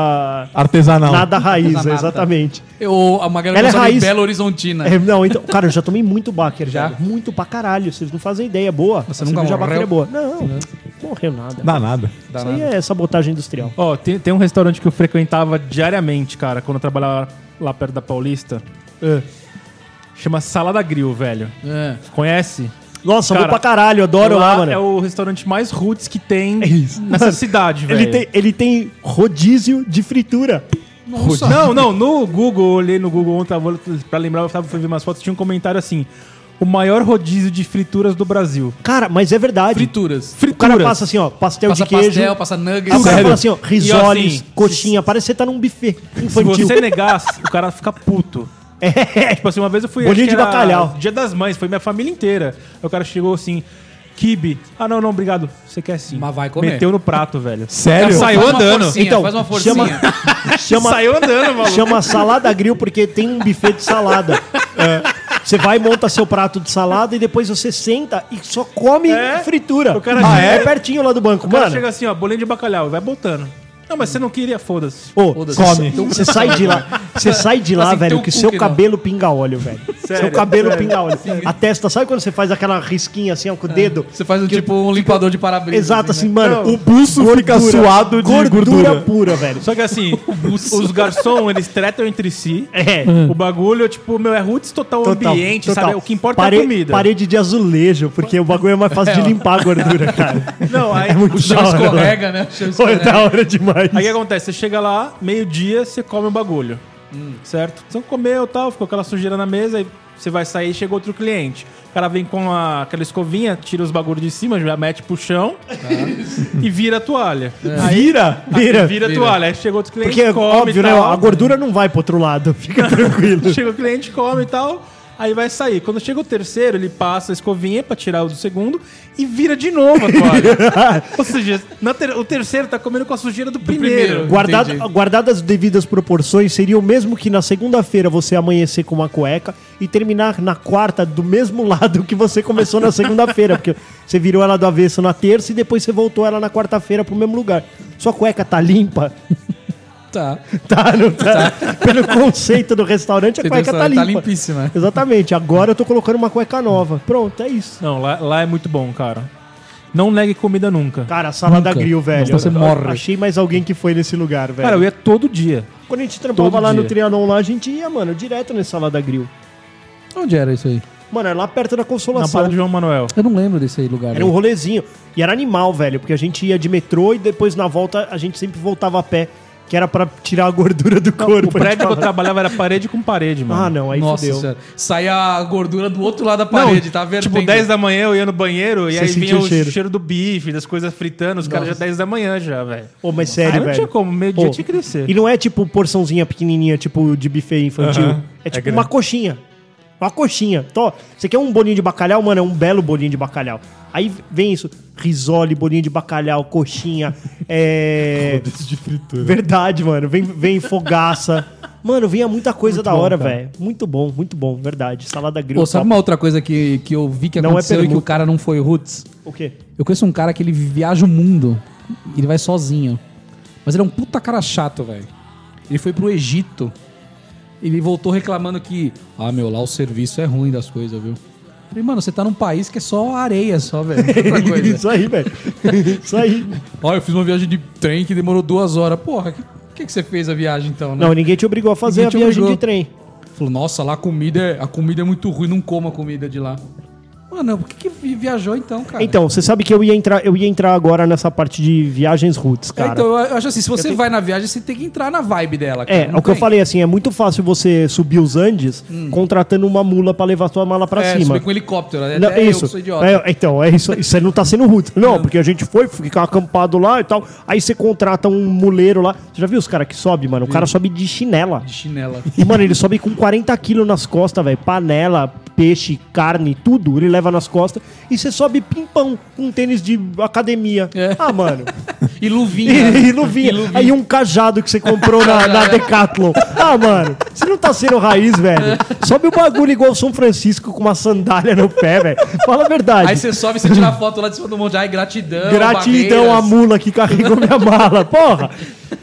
Artesanal.
nada raiz,
Nada.
exatamente.
eu a Magalhães
Ela é
consome
raiz.
Belo Horizontina.
É, não, então, cara, eu já tomei muito Baker já.
Né. Já?
Muito pra caralho, vocês não fazem ideia, é boa.
Você
A
nunca
cerveja Baker
morreu?
é boa. Não, morreu nada.
Dá nada.
Dá
Isso
nada.
aí é sabotagem industrial.
Ó, tem, tem um restaurante que eu frequentava diariamente, cara, quando eu trabalhava lá perto da Paulista. Chama Salada É. Grill, velho.
É.
Conhece?
Nossa,
Cara,
bom pra caralho, adoro lá, mano.
é o restaurante mais roots que tem
É isso.
nessa cidade, velho.
ele, tem, ele tem rodízio de fritura.
Nossa.
Não, não, no Google, eu olhei no Google ontem, tava- pra lembrar, eu tava, fui ver umas fotos, tinha um comentário assim, o maior rodízio de frituras do Brasil.
Cara, mas é verdade.
Frituras.
O cara
Frituras.
passa assim, ó, pastel
Passa
de queijo.
pastel, passa nuggets.
Aí o cara
Sério?
fala assim, ó, risoles,
E, ó, assim,
coxinha, parece que você tá num buffet
Se
infantil.
você negasse, o cara fica puto.
É.
Tipo assim, uma vez eu fui...
Bolinho
acho que
de
era
bacalhau.
Dia das Mães, foi minha família inteira. Aí o cara chegou assim, kibe. Ah, não, não, obrigado. Você quer sim.
Mas vai comer.
Meteu no prato, velho.
Sério?
Sai- Saiu
Faz uma
andando.
forcinha,
Então,
faz uma forcinha.
chama- Chama,
Saiu andando, maluco.
chama salada grill porque tem um buffet de salada.
É.
Você vai e monta seu prato de salada e depois você senta e só come
É?
fritura.
O cara
ah,
chega-
é? pertinho lá do banco,
O cara
mano.
chega assim, ó, bolinho de bacalhau, e vai botando. Não, mas você não queria, foda-se.
Ô,
Foda-se.
come.
Então-
Você sai de lá, você sai de lá,
Assim, teu
velho,
cu
que seu
que não.
cabelo pinga óleo, velho.
um Sério,
seu cabelo
sério. É.
pinga óleo. A testa, sabe quando você faz aquela risquinha assim, ó, com o dedo?
Você faz um tipo um limpador de né? parabéns.
Exato,
né?
assim, mano.
O buço fica suado de
gordura
gordura.
pura, velho.
Só que assim, os garçons, eles tretam entre si.
É.
O bagulho, tipo, meu, é roots total,
Total,
ambiente,
total.
sabe? O que importa
Pare-
é a comida.
Parede de azulejo, porque o bagulho é mais fácil de limpar a gordura, cara.
Não, aí,
É muito
O chão
da hora, velho.
escorrega, né? O chão
Pô, é
escorrega.
da hora demais.
aí o que acontece? Você chega lá, meio-dia, você come o bagulho. Hum. Certo? Você comeu e tal, ficou aquela sujeira na mesa, aí você vai sair e chega outro cliente. O cara vem com a- aquela escovinha, tira os bagulhos de cima, já mete pro chão e vira a toalha.
Vira,
Vira,
vira.
Tá. É. vira a
Vira.
toalha. Aí chega outro cliente,
Porque,
come
óbvio,
e
né?
tal.
A gordura não vai pro outro lado, fica tranquilo.
Chega o cliente, come e tal. Aí vai sair. Quando chega o terceiro, ele passa a escovinha pra tirar o do segundo e vira de novo a toalha. Ou seja, na ter- o terceiro tá comendo com a sujeira do primeiro.
primeiro.
Guardado,
Entendi.
guardadas as devidas proporções, seria o mesmo que na segunda-feira você amanhecer com uma cueca e terminar na quarta do mesmo lado que você começou na segunda-feira, porque você virou ela do avesso na terça e depois você voltou ela na quarta-feira pro mesmo lugar. Sua cueca tá limpa?
Tá.
Tá, não tá? Pelo conceito do restaurante, a
Tem
cueca tá
restaurante,
limpa.
tá limpíssima.
Exatamente. Agora eu tô colocando uma cueca nova. Pronto, é isso.
Não, lá, lá é muito bom, cara. Não negue comida nunca.
Cara, salada
Nunca.
grill, velho.
Senão você
Eu- eu
morre.
Achei mais alguém que foi nesse lugar, velho.
Cara, eu ia todo dia.
Quando a gente trampava
Todo
lá
dia.
no Trianon, lá a gente ia, mano, direto nesse salada grill.
Onde era isso aí?
Mano, era lá perto da
Na
Consolação.
parada de João Manuel.
Eu não lembro desse aí lugar.
Era um rolezinho. E era animal, velho, porque a gente ia de metrô e depois na volta a gente sempre voltava a pé, que era pra tirar a gordura do corpo.
O prédio que eu
A gente falava,
trabalhava era parede com parede, mano.
Ah, não, aí
Nossa
fudeu.
senhora. Sai a gordura do outro lado da parede, tá vendo?
Tipo, 10 da manhã eu ia no banheiro e
Você
aí
sentia
vinha
o
o
cheiro.
cheiro. do bife, das coisas fritando. Os caras já 10 da manhã já, velho.
Pô, mas sério,
Aí não
velho.
tinha como, meio-dia
Pô,
tinha que descer.
E não é tipo porçãozinha pequenininha, tipo de buffet infantil.
Aham,
É tipo
grande.
uma coxinha. Uma coxinha. Tó, você quer um bolinho de bacalhau? Mano, é um belo bolinho de bacalhau. Aí vem isso, risole, bolinho de bacalhau, coxinha, é...
De fritura.
Verdade, mano. Vem, vem fogaça. Mano, vinha muita coisa da hora, velho. Muito bom, muito bom, verdade. Salada grill.
Pô, sabe
top.
uma outra coisa que, que eu vi que
Não é
aconteceu e que o
permuta.
cara não foi roots?
O quê?
Eu conheço um cara que ele viaja o mundo. Ele vai sozinho. Mas ele é um puta cara chato, velho. Ele foi pro Egito. Ele voltou reclamando que, ah, meu, lá o serviço é ruim das coisas, viu? Falei, mano, você tá num país que é só areia, só, velho. não tem outra coisa.
Isso aí, velho. Isso aí.
Ó, eu fiz uma viagem de trem que demorou duas horas. Porra, que, que, que você fez a viagem então, né?
Não, ninguém te obrigou a fazer
Ninguém te
a viagem
obrigou.
de trem.
Falou, nossa, lá a comida, é, a comida é muito ruim, não coma a comida de lá. Mano, por que, que vi- viajou então, cara?
Então, você sabe que eu ia entrar, eu ia entrar agora nessa parte de viagens roots,
É,
cara.
então, eu eu acho assim, se você vai na viagem, você tem que entrar na vibe dela.
É,
não
o que eu
tem.
falei assim, é muito fácil você subir os Andes contratando uma mula pra levar sua mala pra
é,
cima.
subir com helicóptero. né? Até
Não,
eu que
isso.
sou idiota.
É, então, é isso. Isso aí não tá sendo rude. Não, porque a gente foi ficar acampado lá e tal. Aí você contrata um muleiro lá. Você já viu os caras que sobe, mano? O cara sobe de chinela.
De chinela.
E, mano, ele sobe com 40 quilos nas costas, velho. Panela, peixe, carne, tudo. Ele leva nas costas. E você sobe pimpão com um tênis de academia.
É.
Ah, mano.
E
E,
luvinha.
e luvinha.
E luvinha.
Aí um cajado que você comprou na, na Decathlon. Ah, mano, você não tá sendo raiz, velho. Sobe o bagulho igual o São Francisco com uma sandália no pé, velho. Fala a verdade.
Aí você sobe, você tira a foto lá de cima do monte. Ai, gratidão.
Gratidão à
barreiras.
mula que carregou minha mala, porra!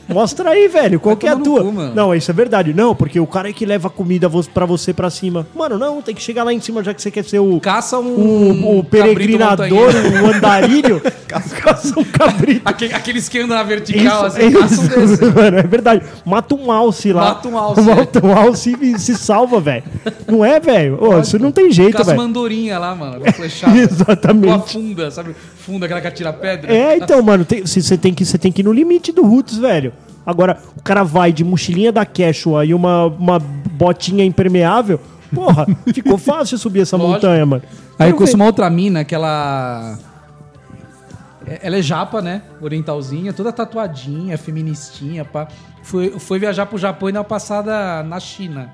Mostra aí, velho, qual
Vai
que é a
tomar no
tua?
cu, mano.
não, isso é verdade. Não, porque o cara é que leva comida vo- pra você pra cima. Mano, não, tem que chegar lá em cima já que você quer ser o.
Caça um.
o, o peregrinador,
cabrito montanheiro.
o andarilho. Caça um cabrito.
Aquele, aqueles que andam na
Isso, é
vertical, assim, caça um
isso,
desse.
mano, é verdade. Mata um alce lá.
Mata Malta um alce.
O Walton Wall se, se salva, velho. Não é, velho? Ô, isso não tem jeito,
Com as
velho.
mandorinhas lá, mano. com a flechada.
Exatamente.
Com a funda, sabe? Funda, aquela que atira pedra.
É, então, mano, tem- você você tem, que- você tem que ir no limite do Roots, velho. Agora, o cara vai de mochilinha da Quechua e uma, uma botinha impermeável. Porra, ficou fácil subir essa
Lógico.
montanha, mano.
Aí eu
Quero ver.
conheço uma outra mina que ela. é- Ela é japa, né? Orientalzinha, toda tatuadinha, feministinha, pá. Foi, foi viajar pro Japão e dar uma passada na China,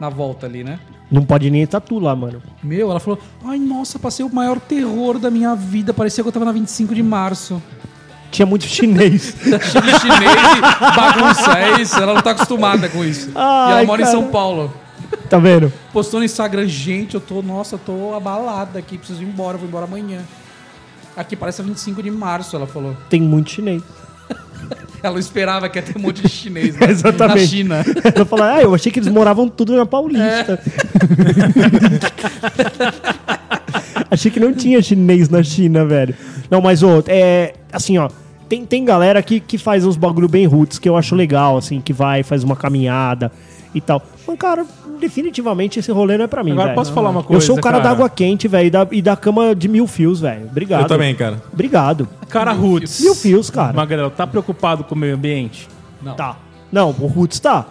na volta ali, né?
Não pode nem tatu lá, mano.
Meu, ela falou: Ai, nossa, passei o maior terror da minha vida. Parecia que eu tava na 25 de março.
Tinha muito chinês.
Tá cheio de chinês e bagunça, é isso. Ela não tá acostumada com isso. e ela
Ai,
mora em
cara.
São Paulo.
tá vendo?
Postou no Instagram, gente, eu tô, nossa, eu tô abalada aqui, preciso ir embora, vou embora amanhã. Aqui parece 25 de março, ela falou.
Tem muito chinês.
Ela não esperava que ia ter um monte de chinês né?
Exatamente.
na China.
Ela fala, ah, eu achei que eles moravam tudo na Paulista. achei que não tinha chinês na China, velho. Não, mas, ô, é. Assim, ó. Tem, tem galera que, que faz uns bagulho bem roots que eu acho legal, assim, que vai, faz uma caminhada e tal. Mas, cara, definitivamente esse rolê não é pra mim,
Agora
velho.
posso falar uma
Eu sou
coisa,
o cara, da
cara?
água quente, velho, e da, e da cama de mil fios, velho. Obrigado.
Eu também, cara.
Obrigado.
Cara Roots.
Mil fios, cara.
Magrelo, tá preocupado com o meio ambiente?
Não,
Tá. Não, o roots tá.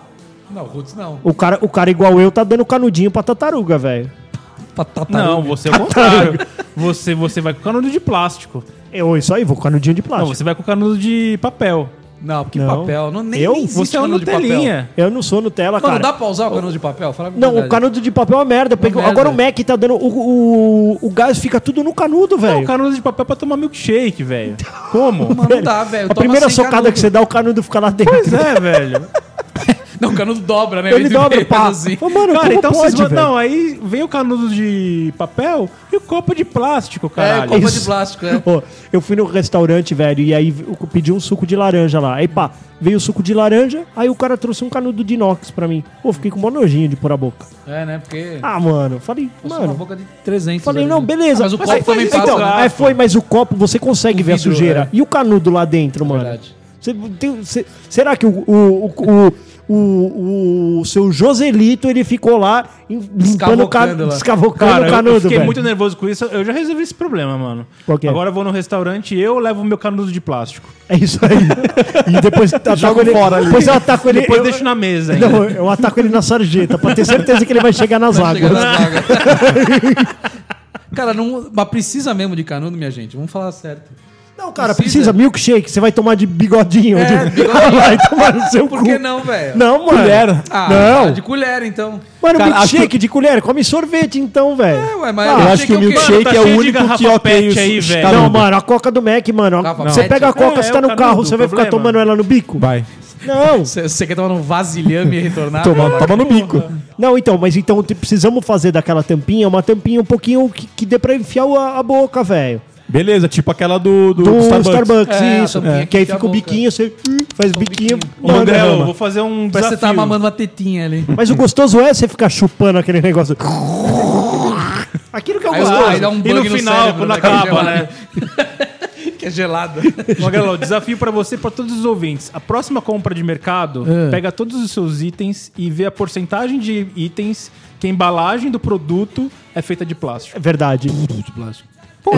não, Roots não.
O cara, o cara igual eu tá dando canudinho pra tartaruga, velho. tá,
Não, você é o contrário. você, você vai com canudo de plástico.
Eu, É, isso aí, vou com canudinho de
Não,
plástico.
você vai com canudo de papel.
Não, porque
Não.
papel. Não, nem,
Eu?
nem existe
Você é uma
canudo de papel.
Nutelinha.
Eu não sou Nutella,
Mano,
cara.
dá pra usar o canudo de papel? Fala a
Não,
verdade.
o canudo de papel é uma merda. porque
merda.
Agora o Mac tá dando. O, o, o gás fica tudo no canudo,
Não,
velho.
canudo de papel pra tomar milkshake, velho. Como?
Mano, não dá, velho.
A
Toma
primeira
sem
socada que você dá, o canudo fica lá dentro.
Pois é, velho.
Não, o canudo dobra, né?
Ele dobra,
vem
pá.
assim.
Ô, mano,
Cara,
como
então
pode,
vocês vão...
velho?
Não, aí vem o canudo de papel e o copo de plástico,
É,
caralho.
copa de
Isso.
plástico, é.
Ô, eu fui no restaurante, velho, e aí eu pedi um suco de laranja lá. Aí pá, veio o suco de laranja, aí o cara trouxe um canudo de inox pra mim. Pô, fiquei com uma nojinha de pôr a boca.
É, né? Porque.
Ah, mano, falei,
Passou uma
mano.
boca de 300.
Falei,
ali,
não,
né?
beleza.
Ah, mas o
Mas
copo
aí-
também passa.
Então,
né?
aí foi, mas o copo você consegue
O
ver
vidro,
a sujeira.
é.
E o canudo lá dentro, mano?
verdade.
Você tem- você- será que o, o, o, o, o- o seu Joselito ele ficou lá em- limpando o
Escavocando
canudo,
lá.
escavocando
Cara,
o
eu-
canudo,
eu fiquei
velho?
muito nervoso com isso. Eu já resolvi esse problema, mano.
Qual que é?
Agora eu vou no restaurante e eu levo o meu canudo de plástico.
É isso aí. E depois ataco ele,
fora ali.
depois eu ataco ele,
Depois
eu,
eu deixo na mesa ainda.
não, eu ataco ele na sarjeta pra ter certeza que ele vai chegar nas
Vai chegar
águas.
nas águas. Cara, não, mas precisa mesmo de canudo, minha gente. Vamos falar certo.
Não, cara,
Precisa.
precisa milkshake, você vai tomar de bigodinho,
É,
de-
bigodinho.
vai tomar no seu
Por
um cu.
que não, velho?
Não, mano.
Colher.
Ah,
não.
de colher, então.
Mano,
Cara,
milkshake de colher, come sorvete então, velho.
É, ué, mas
Ah,
Eu
achei
acho que o Tá
eu quero.
milkshake
Mano, tá
é o
cheio de
único que
garrafa
ok os,
pet aí,
os
velho.
canudos.
Não, mano, a coca do Mac, mano. a-
Garrafa
Você
pet.
pega a coca,
É,
você
é
tá
o
no
canudo,
carro, você vai ficar
problema.
tomando ela no bico?
Vai.
Não.
Você você quer tomar um vasilhame e retornar?
Toma, toma no bico.
Não, então, mas então te- precisamos fazer daquela tampinha, uma tampinha um pouquinho que, que dê pra enfiar o- a, a boca, velho.
Beleza, tipo aquela do, do,
Do
Starbucks.
Starbucks,
É, a
isso.
tampinha que
Que aí
enfia
fica
a boca.
o
Um
biquinho, você hum, faz biquinho.
Ô,
manda,
André, eu
mama.
vou fazer
Parece
um
que
desafio.
você tá mamando uma tetinha ali.
Mas o gostoso é você ficar chupando aquele negócio. Aquilo que eu
Aí, os-
gosto.
aí dá um
E
bug
no final,
cérebro,
quando
né, que é
acaba,
gelado.
né?
Que é gelado.
Magrelo, desafio pra você e pra todos os ouvintes. A próxima compra de mercado,
É.
pega todos os seus itens e vê a porcentagem de itens que a embalagem do produto é feita de plástico.
É Verdade.
É,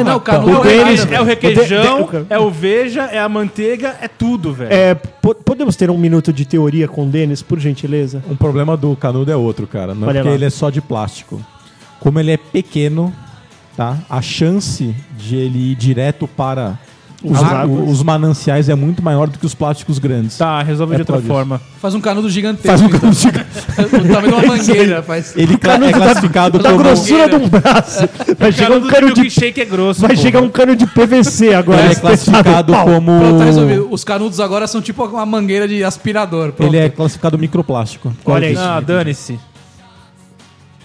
não, o canudo
O
é o
deles-
gelado,
É o
velho.
requeijão,
de- de-
é o veja, é a manteiga, é tudo, velho.
É, po- podemos ter um minuto de teoria com o Denis, por gentileza?
Um problema do canudo é outro, cara. Não é
Olha
porque
lá.
ele é só de plástico. Como ele é pequeno, tá? A chance de ele ir direto para os,
lagos.
os mananciais é muito maior do que os plásticos grandes.
Tá, resolve
É
de outra
por isso.
forma.
Faz um canudo gigantesco.
Faz um
então.
canudo gigante.
O tamanho de uma mangueira. Faz.
Ele cla- é classificado
Da
como...
grossura de um braço. Vai chegar um cano de
milkshake é grosso.
Vai
pô.
chegar um cano de PVC agora.
Ele é
espetado.
classificado
Pau.
como...
Pronto, tá resolvido. Os canudos agora são tipo uma mangueira de aspirador. Pronto.
Ele é classificado microplástico.
Olha aí.
Ah, dane-se.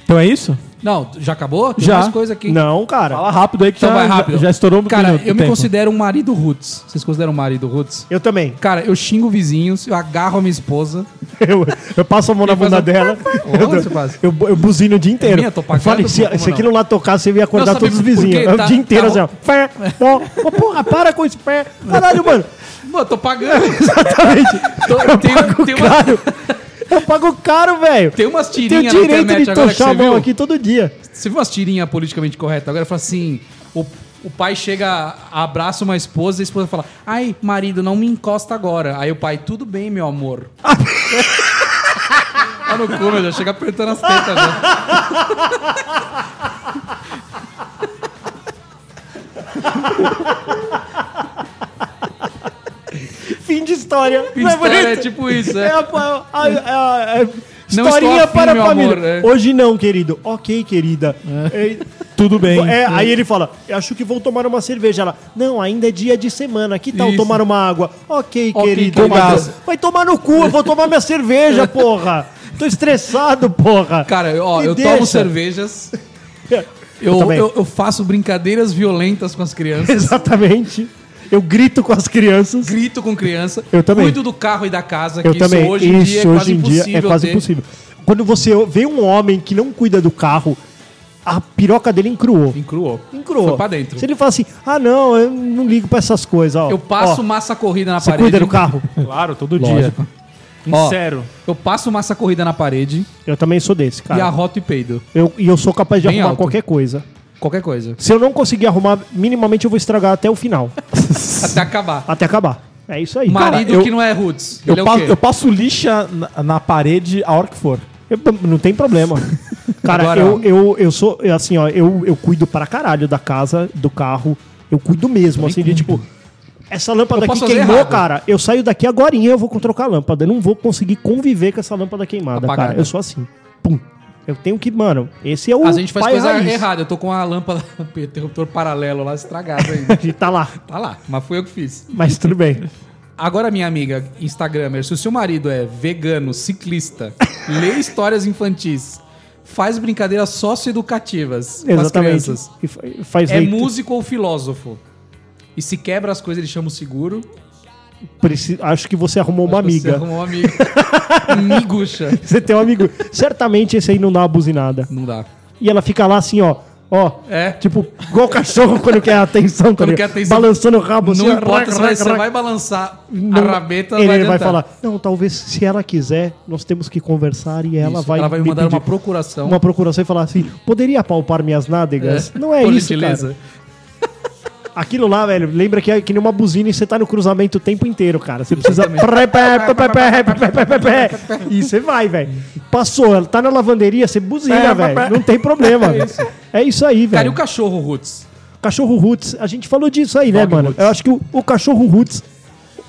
Então é isso?
Não, já acabou? Tem
Já.
mais coisa aqui.
Não, cara.
Fala rápido aí que
Então
já,
vai rápido.
já- já estourou um
Cara,
minuto,
eu me
tempo.
considero um marido roots. Vocês consideram um marido roots?
Eu também.
Cara, eu xingo vizinhos, eu agarro a minha esposa.
Eu, eu passo a mão na
Ele faz
bunda
um
dela.
Olha o que você faz.
Eu, eu buzino o dia inteiro.
minha, tô pagando,
Falei, se,
pô, como
se
não?
aquilo lá tocar, você ia acordar
Não, sabe
todos os
por quê?
vizinhos. É o
Tá-
dia inteiro,
tá
assim, ó. Fé, ó. Ô, porra, para com isso. Fé. Caralho, mano.
Mano, eu tô pagando.
Exatamente.
Tô-
Eu
um, tem-
pago
tem uma-
caro. Eu pago caro, velho.
Tem umas
Tenho
tirinhas na
direito
internet
de
agora que
tochar
você
a mão
viu.
aqui todo dia.
Você viu umas tirinhas politicamente corretas? Agora fala assim: o, o pai chega, abraça uma esposa e a esposa fala: Ai, marido, não me encosta agora. Aí o pai, tudo bem, meu amor. tá no cu, meu, já chega apertando as tetas né? já.
Fim de história.
Fim de
Não
história,
bonito?
é tipo isso, é.
É a, pa- a- a- a-
Não estou
historinha
afim,
para a
meu
família.
amor, é.
Hoje não, querido. Ok, querida. É.
Tudo bem.
É, aí ele fala, "Eu acho que vou tomar uma cerveja. Ela, não, ainda é dia de semana, que tal
Isso.
tomar uma água? Ok,
Ok,
querido.
querido.
mas- Vai tomar no cu, eu vou tomar minha cerveja, porra. Tô estressado, porra.
Cara, eu- ó,
Me
eu
deixa.
tomo cervejas,
Eu
eu,
também.
eu- eu faço brincadeiras violentas com as crianças,
Exatamente. Eu grito com as crianças.
grito com criança,
Eu também.
cuido do carro e da casa,
Eu
que
também.
isso hoje em dia é quase
hoje em dia
impossível.
é quase
ter.
impossível. Quando você vê um homem que não cuida do carro, a piroca dele encruou.
Encruou.
Encruou.
Foi pra dentro.
Se ele fala assim, ah não, eu não ligo pra essas coisas. Ó,
Eu passo
ó,
massa corrida na
Você
parede.
cuida do carro?
Claro, todo
Lógico.
dia.
Ó,
Sério.
Eu passo massa corrida na parede
Eu também sou desse,
e
cara.
arroto e peido.
Eu- E eu, sou capaz de
Bem
arrumar
alto.
qualquer coisa.
Qualquer coisa.
Se eu não conseguir arrumar, minimamente eu vou estragar até o final.
Até acabar.
até acabar. É isso aí.
Marido
eu-
que não é roots.
Eu,
Ele
passo,
é o quê?
eu passo lixa na, na parede a hora que for.
Eu- não tem problema. Cara,
Agora-
eu, eu, eu sou, eu, assim, ó, eu, eu cuido pra caralho da casa, do carro. Eu cuido mesmo, assim, de tipo. Essa lâmpada
Eu
aqui
posso fazer
queimou,
errado.
cara. Eu saio daqui agora e eu vou trocar a lâmpada. Eu não vou conseguir conviver com essa lâmpada queimada, cara.
Apagada.
Eu sou assim. Pum. Eu tenho que, mano, esse é o.
A gente faz
pai
coisa
raiz.
errada. Eu tô com a lâmpada, o interruptor paralelo lá estragado ainda.
A gente tá lá,
tá lá, mas fui eu que fiz.
mas tudo bem.
Agora, minha amiga Instagramer, se o seu marido é vegano, ciclista, lê histórias infantis, faz brincadeiras socioeducativas com as
Exatamente.
crianças,
E fa- faz
é
leitura.
músico ou filósofo, e se quebra as coisas, ele chama o seguro.
Preci- Acho que você arrumou uma
Acho que Você é
amiga.
arrumou uma amiga. Um Miguxa.
Você tem um amigo. Certamente esse aí não dá uma buzinada.
Não dá.
E ela fica lá assim, ó. Ó.
É.
Tipo, igual cachorro quando quer atenção, tá
Quando
ligado?
quer atenção.
Balançando o rabo assim.
não
ó,
importa
rac,
se vai,
rac,
você
rac.
vai balançar
Não,
a rabeta,
Ele vai,
adiantar.
falar, não, talvez se ela quiser, nós temos que conversar e ela
Isso,
vai.
ela vai
me
mandar
pedir
uma procuração.
Uma procuração e falar assim: poderia palpar minhas nádegas? Não é
Por
isso,
gentileza.
cara. Aquilo lá, velho, lembra que é que nem uma buzina e você tá no cruzamento o tempo inteiro, cara. Você precisa. e você vai, velho. Passou, ela tá na lavanderia, você buzina, velho. Não tem problema. velho. É isso aí, velho.
Cara, e o cachorro Roots?
Cachorro Roots. A gente falou disso aí, né,
Dog
mano?
Roots.
Eu acho que o, o cachorro Roots.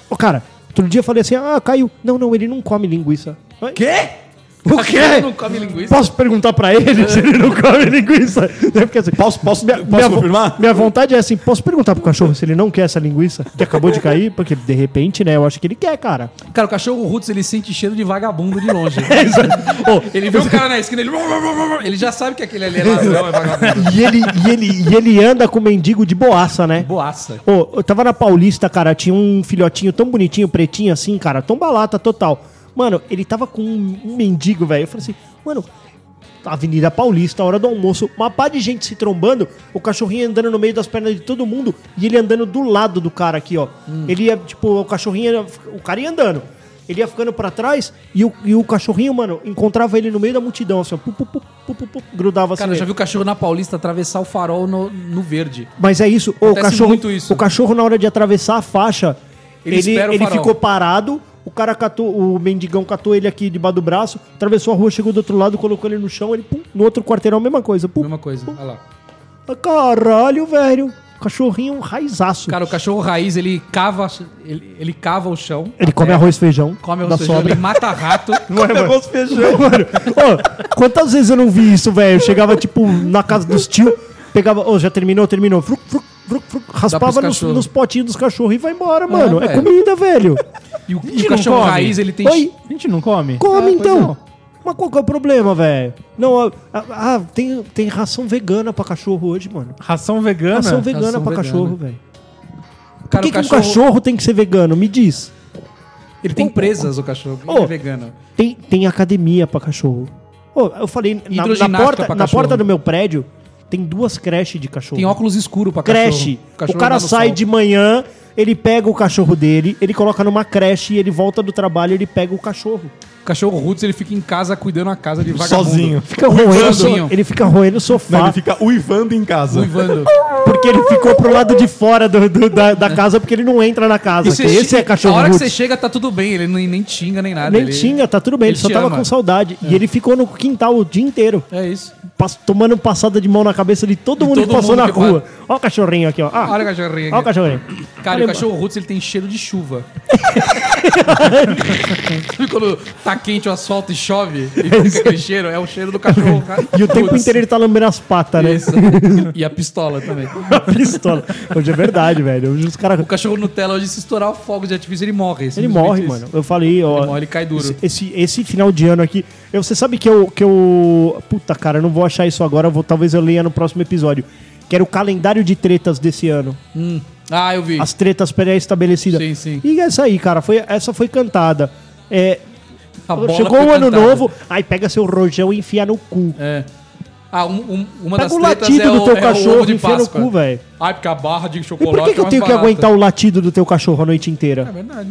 Ô, cara, outro dia eu falei assim: ah, caiu. Não, não, ele não come linguiça.
Quê?
O
Ele não come linguiça?
Posso perguntar pra ele se ele não come linguiça? É porque, assim,
Posso- posso- posso
vo-
confirmar?
Minha vontade é assim: posso perguntar pro cachorro se ele não quer essa linguiça que acabou de cair? Porque de repente, né, eu acho que ele quer, cara.
Cara, o cachorro Roots, ele sente cheiro de vagabundo de longe.
Ô,
ele vê um cara na esquina, ele... Ele já sabe que aquele ali é ladrão, é vagabundo.
e, ele, e, ele, e ele anda com mendigo de boaça, né?
Boaça.
Ô, eu tava na Paulista, cara, tinha um filhotinho tão bonitinho, pretinho assim, cara, tão balata total. Mano, ele tava com um, um mendigo, velho. Eu falei assim, mano, Avenida Paulista, hora do almoço, uma pá de gente se trombando, o cachorrinho andando no meio das pernas de todo mundo e ele andando do lado do cara aqui, ó.
Hum.
Ele ia, tipo, o cachorrinho, ia- o cara ia andando. Ele ia ficando pra trás e o, e o cachorrinho, mano, encontrava ele no meio da multidão, assim, ó, pu, pu, pu, pu, pu, pu, grudava assim.
Cara, eu já
nele.
vi o cachorro na Paulista atravessar o farol no, no verde.
Mas é isso, o
Acontece
cachorro,
muito isso.
o cachorro na hora de atravessar a faixa, ele,
Ele
ele,
espera o farol.
ficou parado, o cara catou, o mendigão catou ele aqui debaixo do braço, atravessou a rua, chegou do outro lado, colocou ele no chão, ele pum, no outro quarteirão mesma coisa. Pum.
Mesma coisa. Olha lá.
Ah, Caralho, velho. Cachorrinho raizaço.
Cara, o cachorro raiz, ele cava, ele, ele cava o chão.
ele come arroz e feijão
é, Come
da
o feijão,
sobra.
ele mata rato.
Negócio feijão.
Mano, ô, quantas vezes eu não vi isso, velho? Eu Chegava, tipo, na casa dos tio, pegava, ô, já terminou, terminou, fruc, fruc, fruc, fruc, raspava
pros
nos,
cachorros. Ah,
nos potinhos dos cachorros e vai embora, mano. é
velho.
comida, velho.
E o, e o
não
cachorro
come.
raiz, ele tem...
Oi?
A gente não come?
Come
Ah, pois
então.
não.
Mas qual que é o problema, velho? Não, ah, ah, ah, tem, tem ração vegana pra cachorro hoje, mano.
Ração vegana?
Ração vegana
Ah, ração
pra
vegana.
cachorro, velho. Por
Cara,
que,
o
que um
cachorro...
cachorro tem que ser vegano? Me diz.
Ele tem presas, o cachorro. Ele
Ô.
é vegano.
Tem, tem academia pra cachorro. Ô, eu falei, na, na
Hidroginástica
porta,
pra
na
cachorro.
porta do meu prédio tem duas creches de cachorro.
Tem óculos escuro pra cachorro.
creche.
cachorro
o cara
anda no
sai
sol.
de manhã, ele pega o cachorro dele, ele coloca numa creche, ele volta do trabalho, ele pega o cachorro.
O cachorro Roots, ele fica em casa cuidando a casa de vagabundo.
Sozinho.
Fica roendo o so-
Sozinho.
ele fica roendo o
Não,
sofá
ele fica uivando em casa.
Uivando.
porque ele ficou pro lado de fora do- do- da, da casa porque ele não entra na casa.
E você
Esse
che-
é cachorro
A hora que
roots.
você chega, tá tudo bem. Ele nem, nem tinga, nem nada.
Nem
ele-
tinha, tá tudo bem, ele,
ele
só
te
tava
ama.
com saudade. E ele ficou no quintal o dia inteiro,
É isso.
pas- tomando passada de mão na cabeça de todo mundo
todo
que passou
mundo
na
que
rua. Ó o cachorrinho aqui, ó. Ah,
Olha o cachorrinho aqui.
Ó o cachorrinho.
Cara,
Olha-
o cachorro Roots, ele tem cheiro de chuva. Sabe quando tá quente o asfalto e
É
chove? E fica aquele cheiro? É o cheiro do cachorro. cara.
E o tempo
Roots.
inteiro ele tá lambendo as patas, né?
Isso. E a pistola também.
A pistola. Hoje é verdade, velho. Hoje os caras.
O cachorro Nutella, hoje, se estourar o fogo de artifício, ele morre.
Ele
Simplesmente
morre,
isso.
mano. Eu falei, ó.
Ele morre, ele cai duro.
Esse, esse, esse final de ano aqui. eu- você sabe que eu, que eu. Puta, cara, eu não vou achar isso agora. eu vou, talvez eu leia no próximo episódio. Que era o calendário de tretas desse ano.
Hum. Ah, eu vi.
As tretas pré-estabelecidas.
Sim, sim.
E essa aí, cara. Foi, essa foi cantada. É,
A bola
chegou
foi
o ano
cantada.
novo, aí pega seu rojão e enfia no cu.
É. Ah, um- um- uma
Pega
das
o
tretas
latido
é
do
o,
teu
é o
cachorro
ovo de
e enfia no
Páscoa.
cu, velho.
Ai, porque a barra de
E
chocolate
por que, que eu
é
tenho
mais
que
barata.
aguentar o latido do teu cachorro a noite inteira?
É verdade.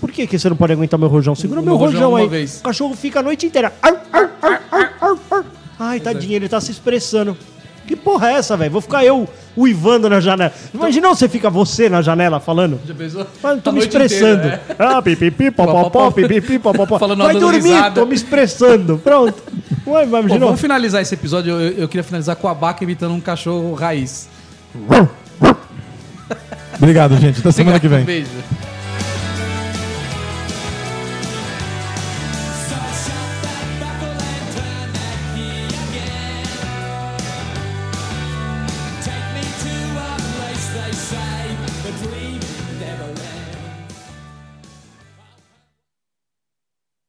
Por que, que você não pode aguentar meu rojão? Segura
O
meu
meu rojão
rojão
uma
aí.
vez.
O cachorro fica a noite inteira. Ar, ar, ar, ar, ar, ar. Ai, tadinho, ele tá se expressando. Que porra é essa, velho? Vou ficar eu uivando na janela. Imagina você fica você na janela falando.
Já pensou?
Mas eu tô
A
me
noite
expressando.
inteira, é.
Ah, pipipi, popopó, pipipi, popopó.
Falando
Vai
dando
dormir,
risada.
tô me expressando. Pronto. Ué,
Pô,
imagina.
vamos finalizar esse episódio. Eu, eu- eu queria finalizar com a Baca imitando um cachorro raiz.
Obrigado, gente. Até semana que vem.
Um Beijo.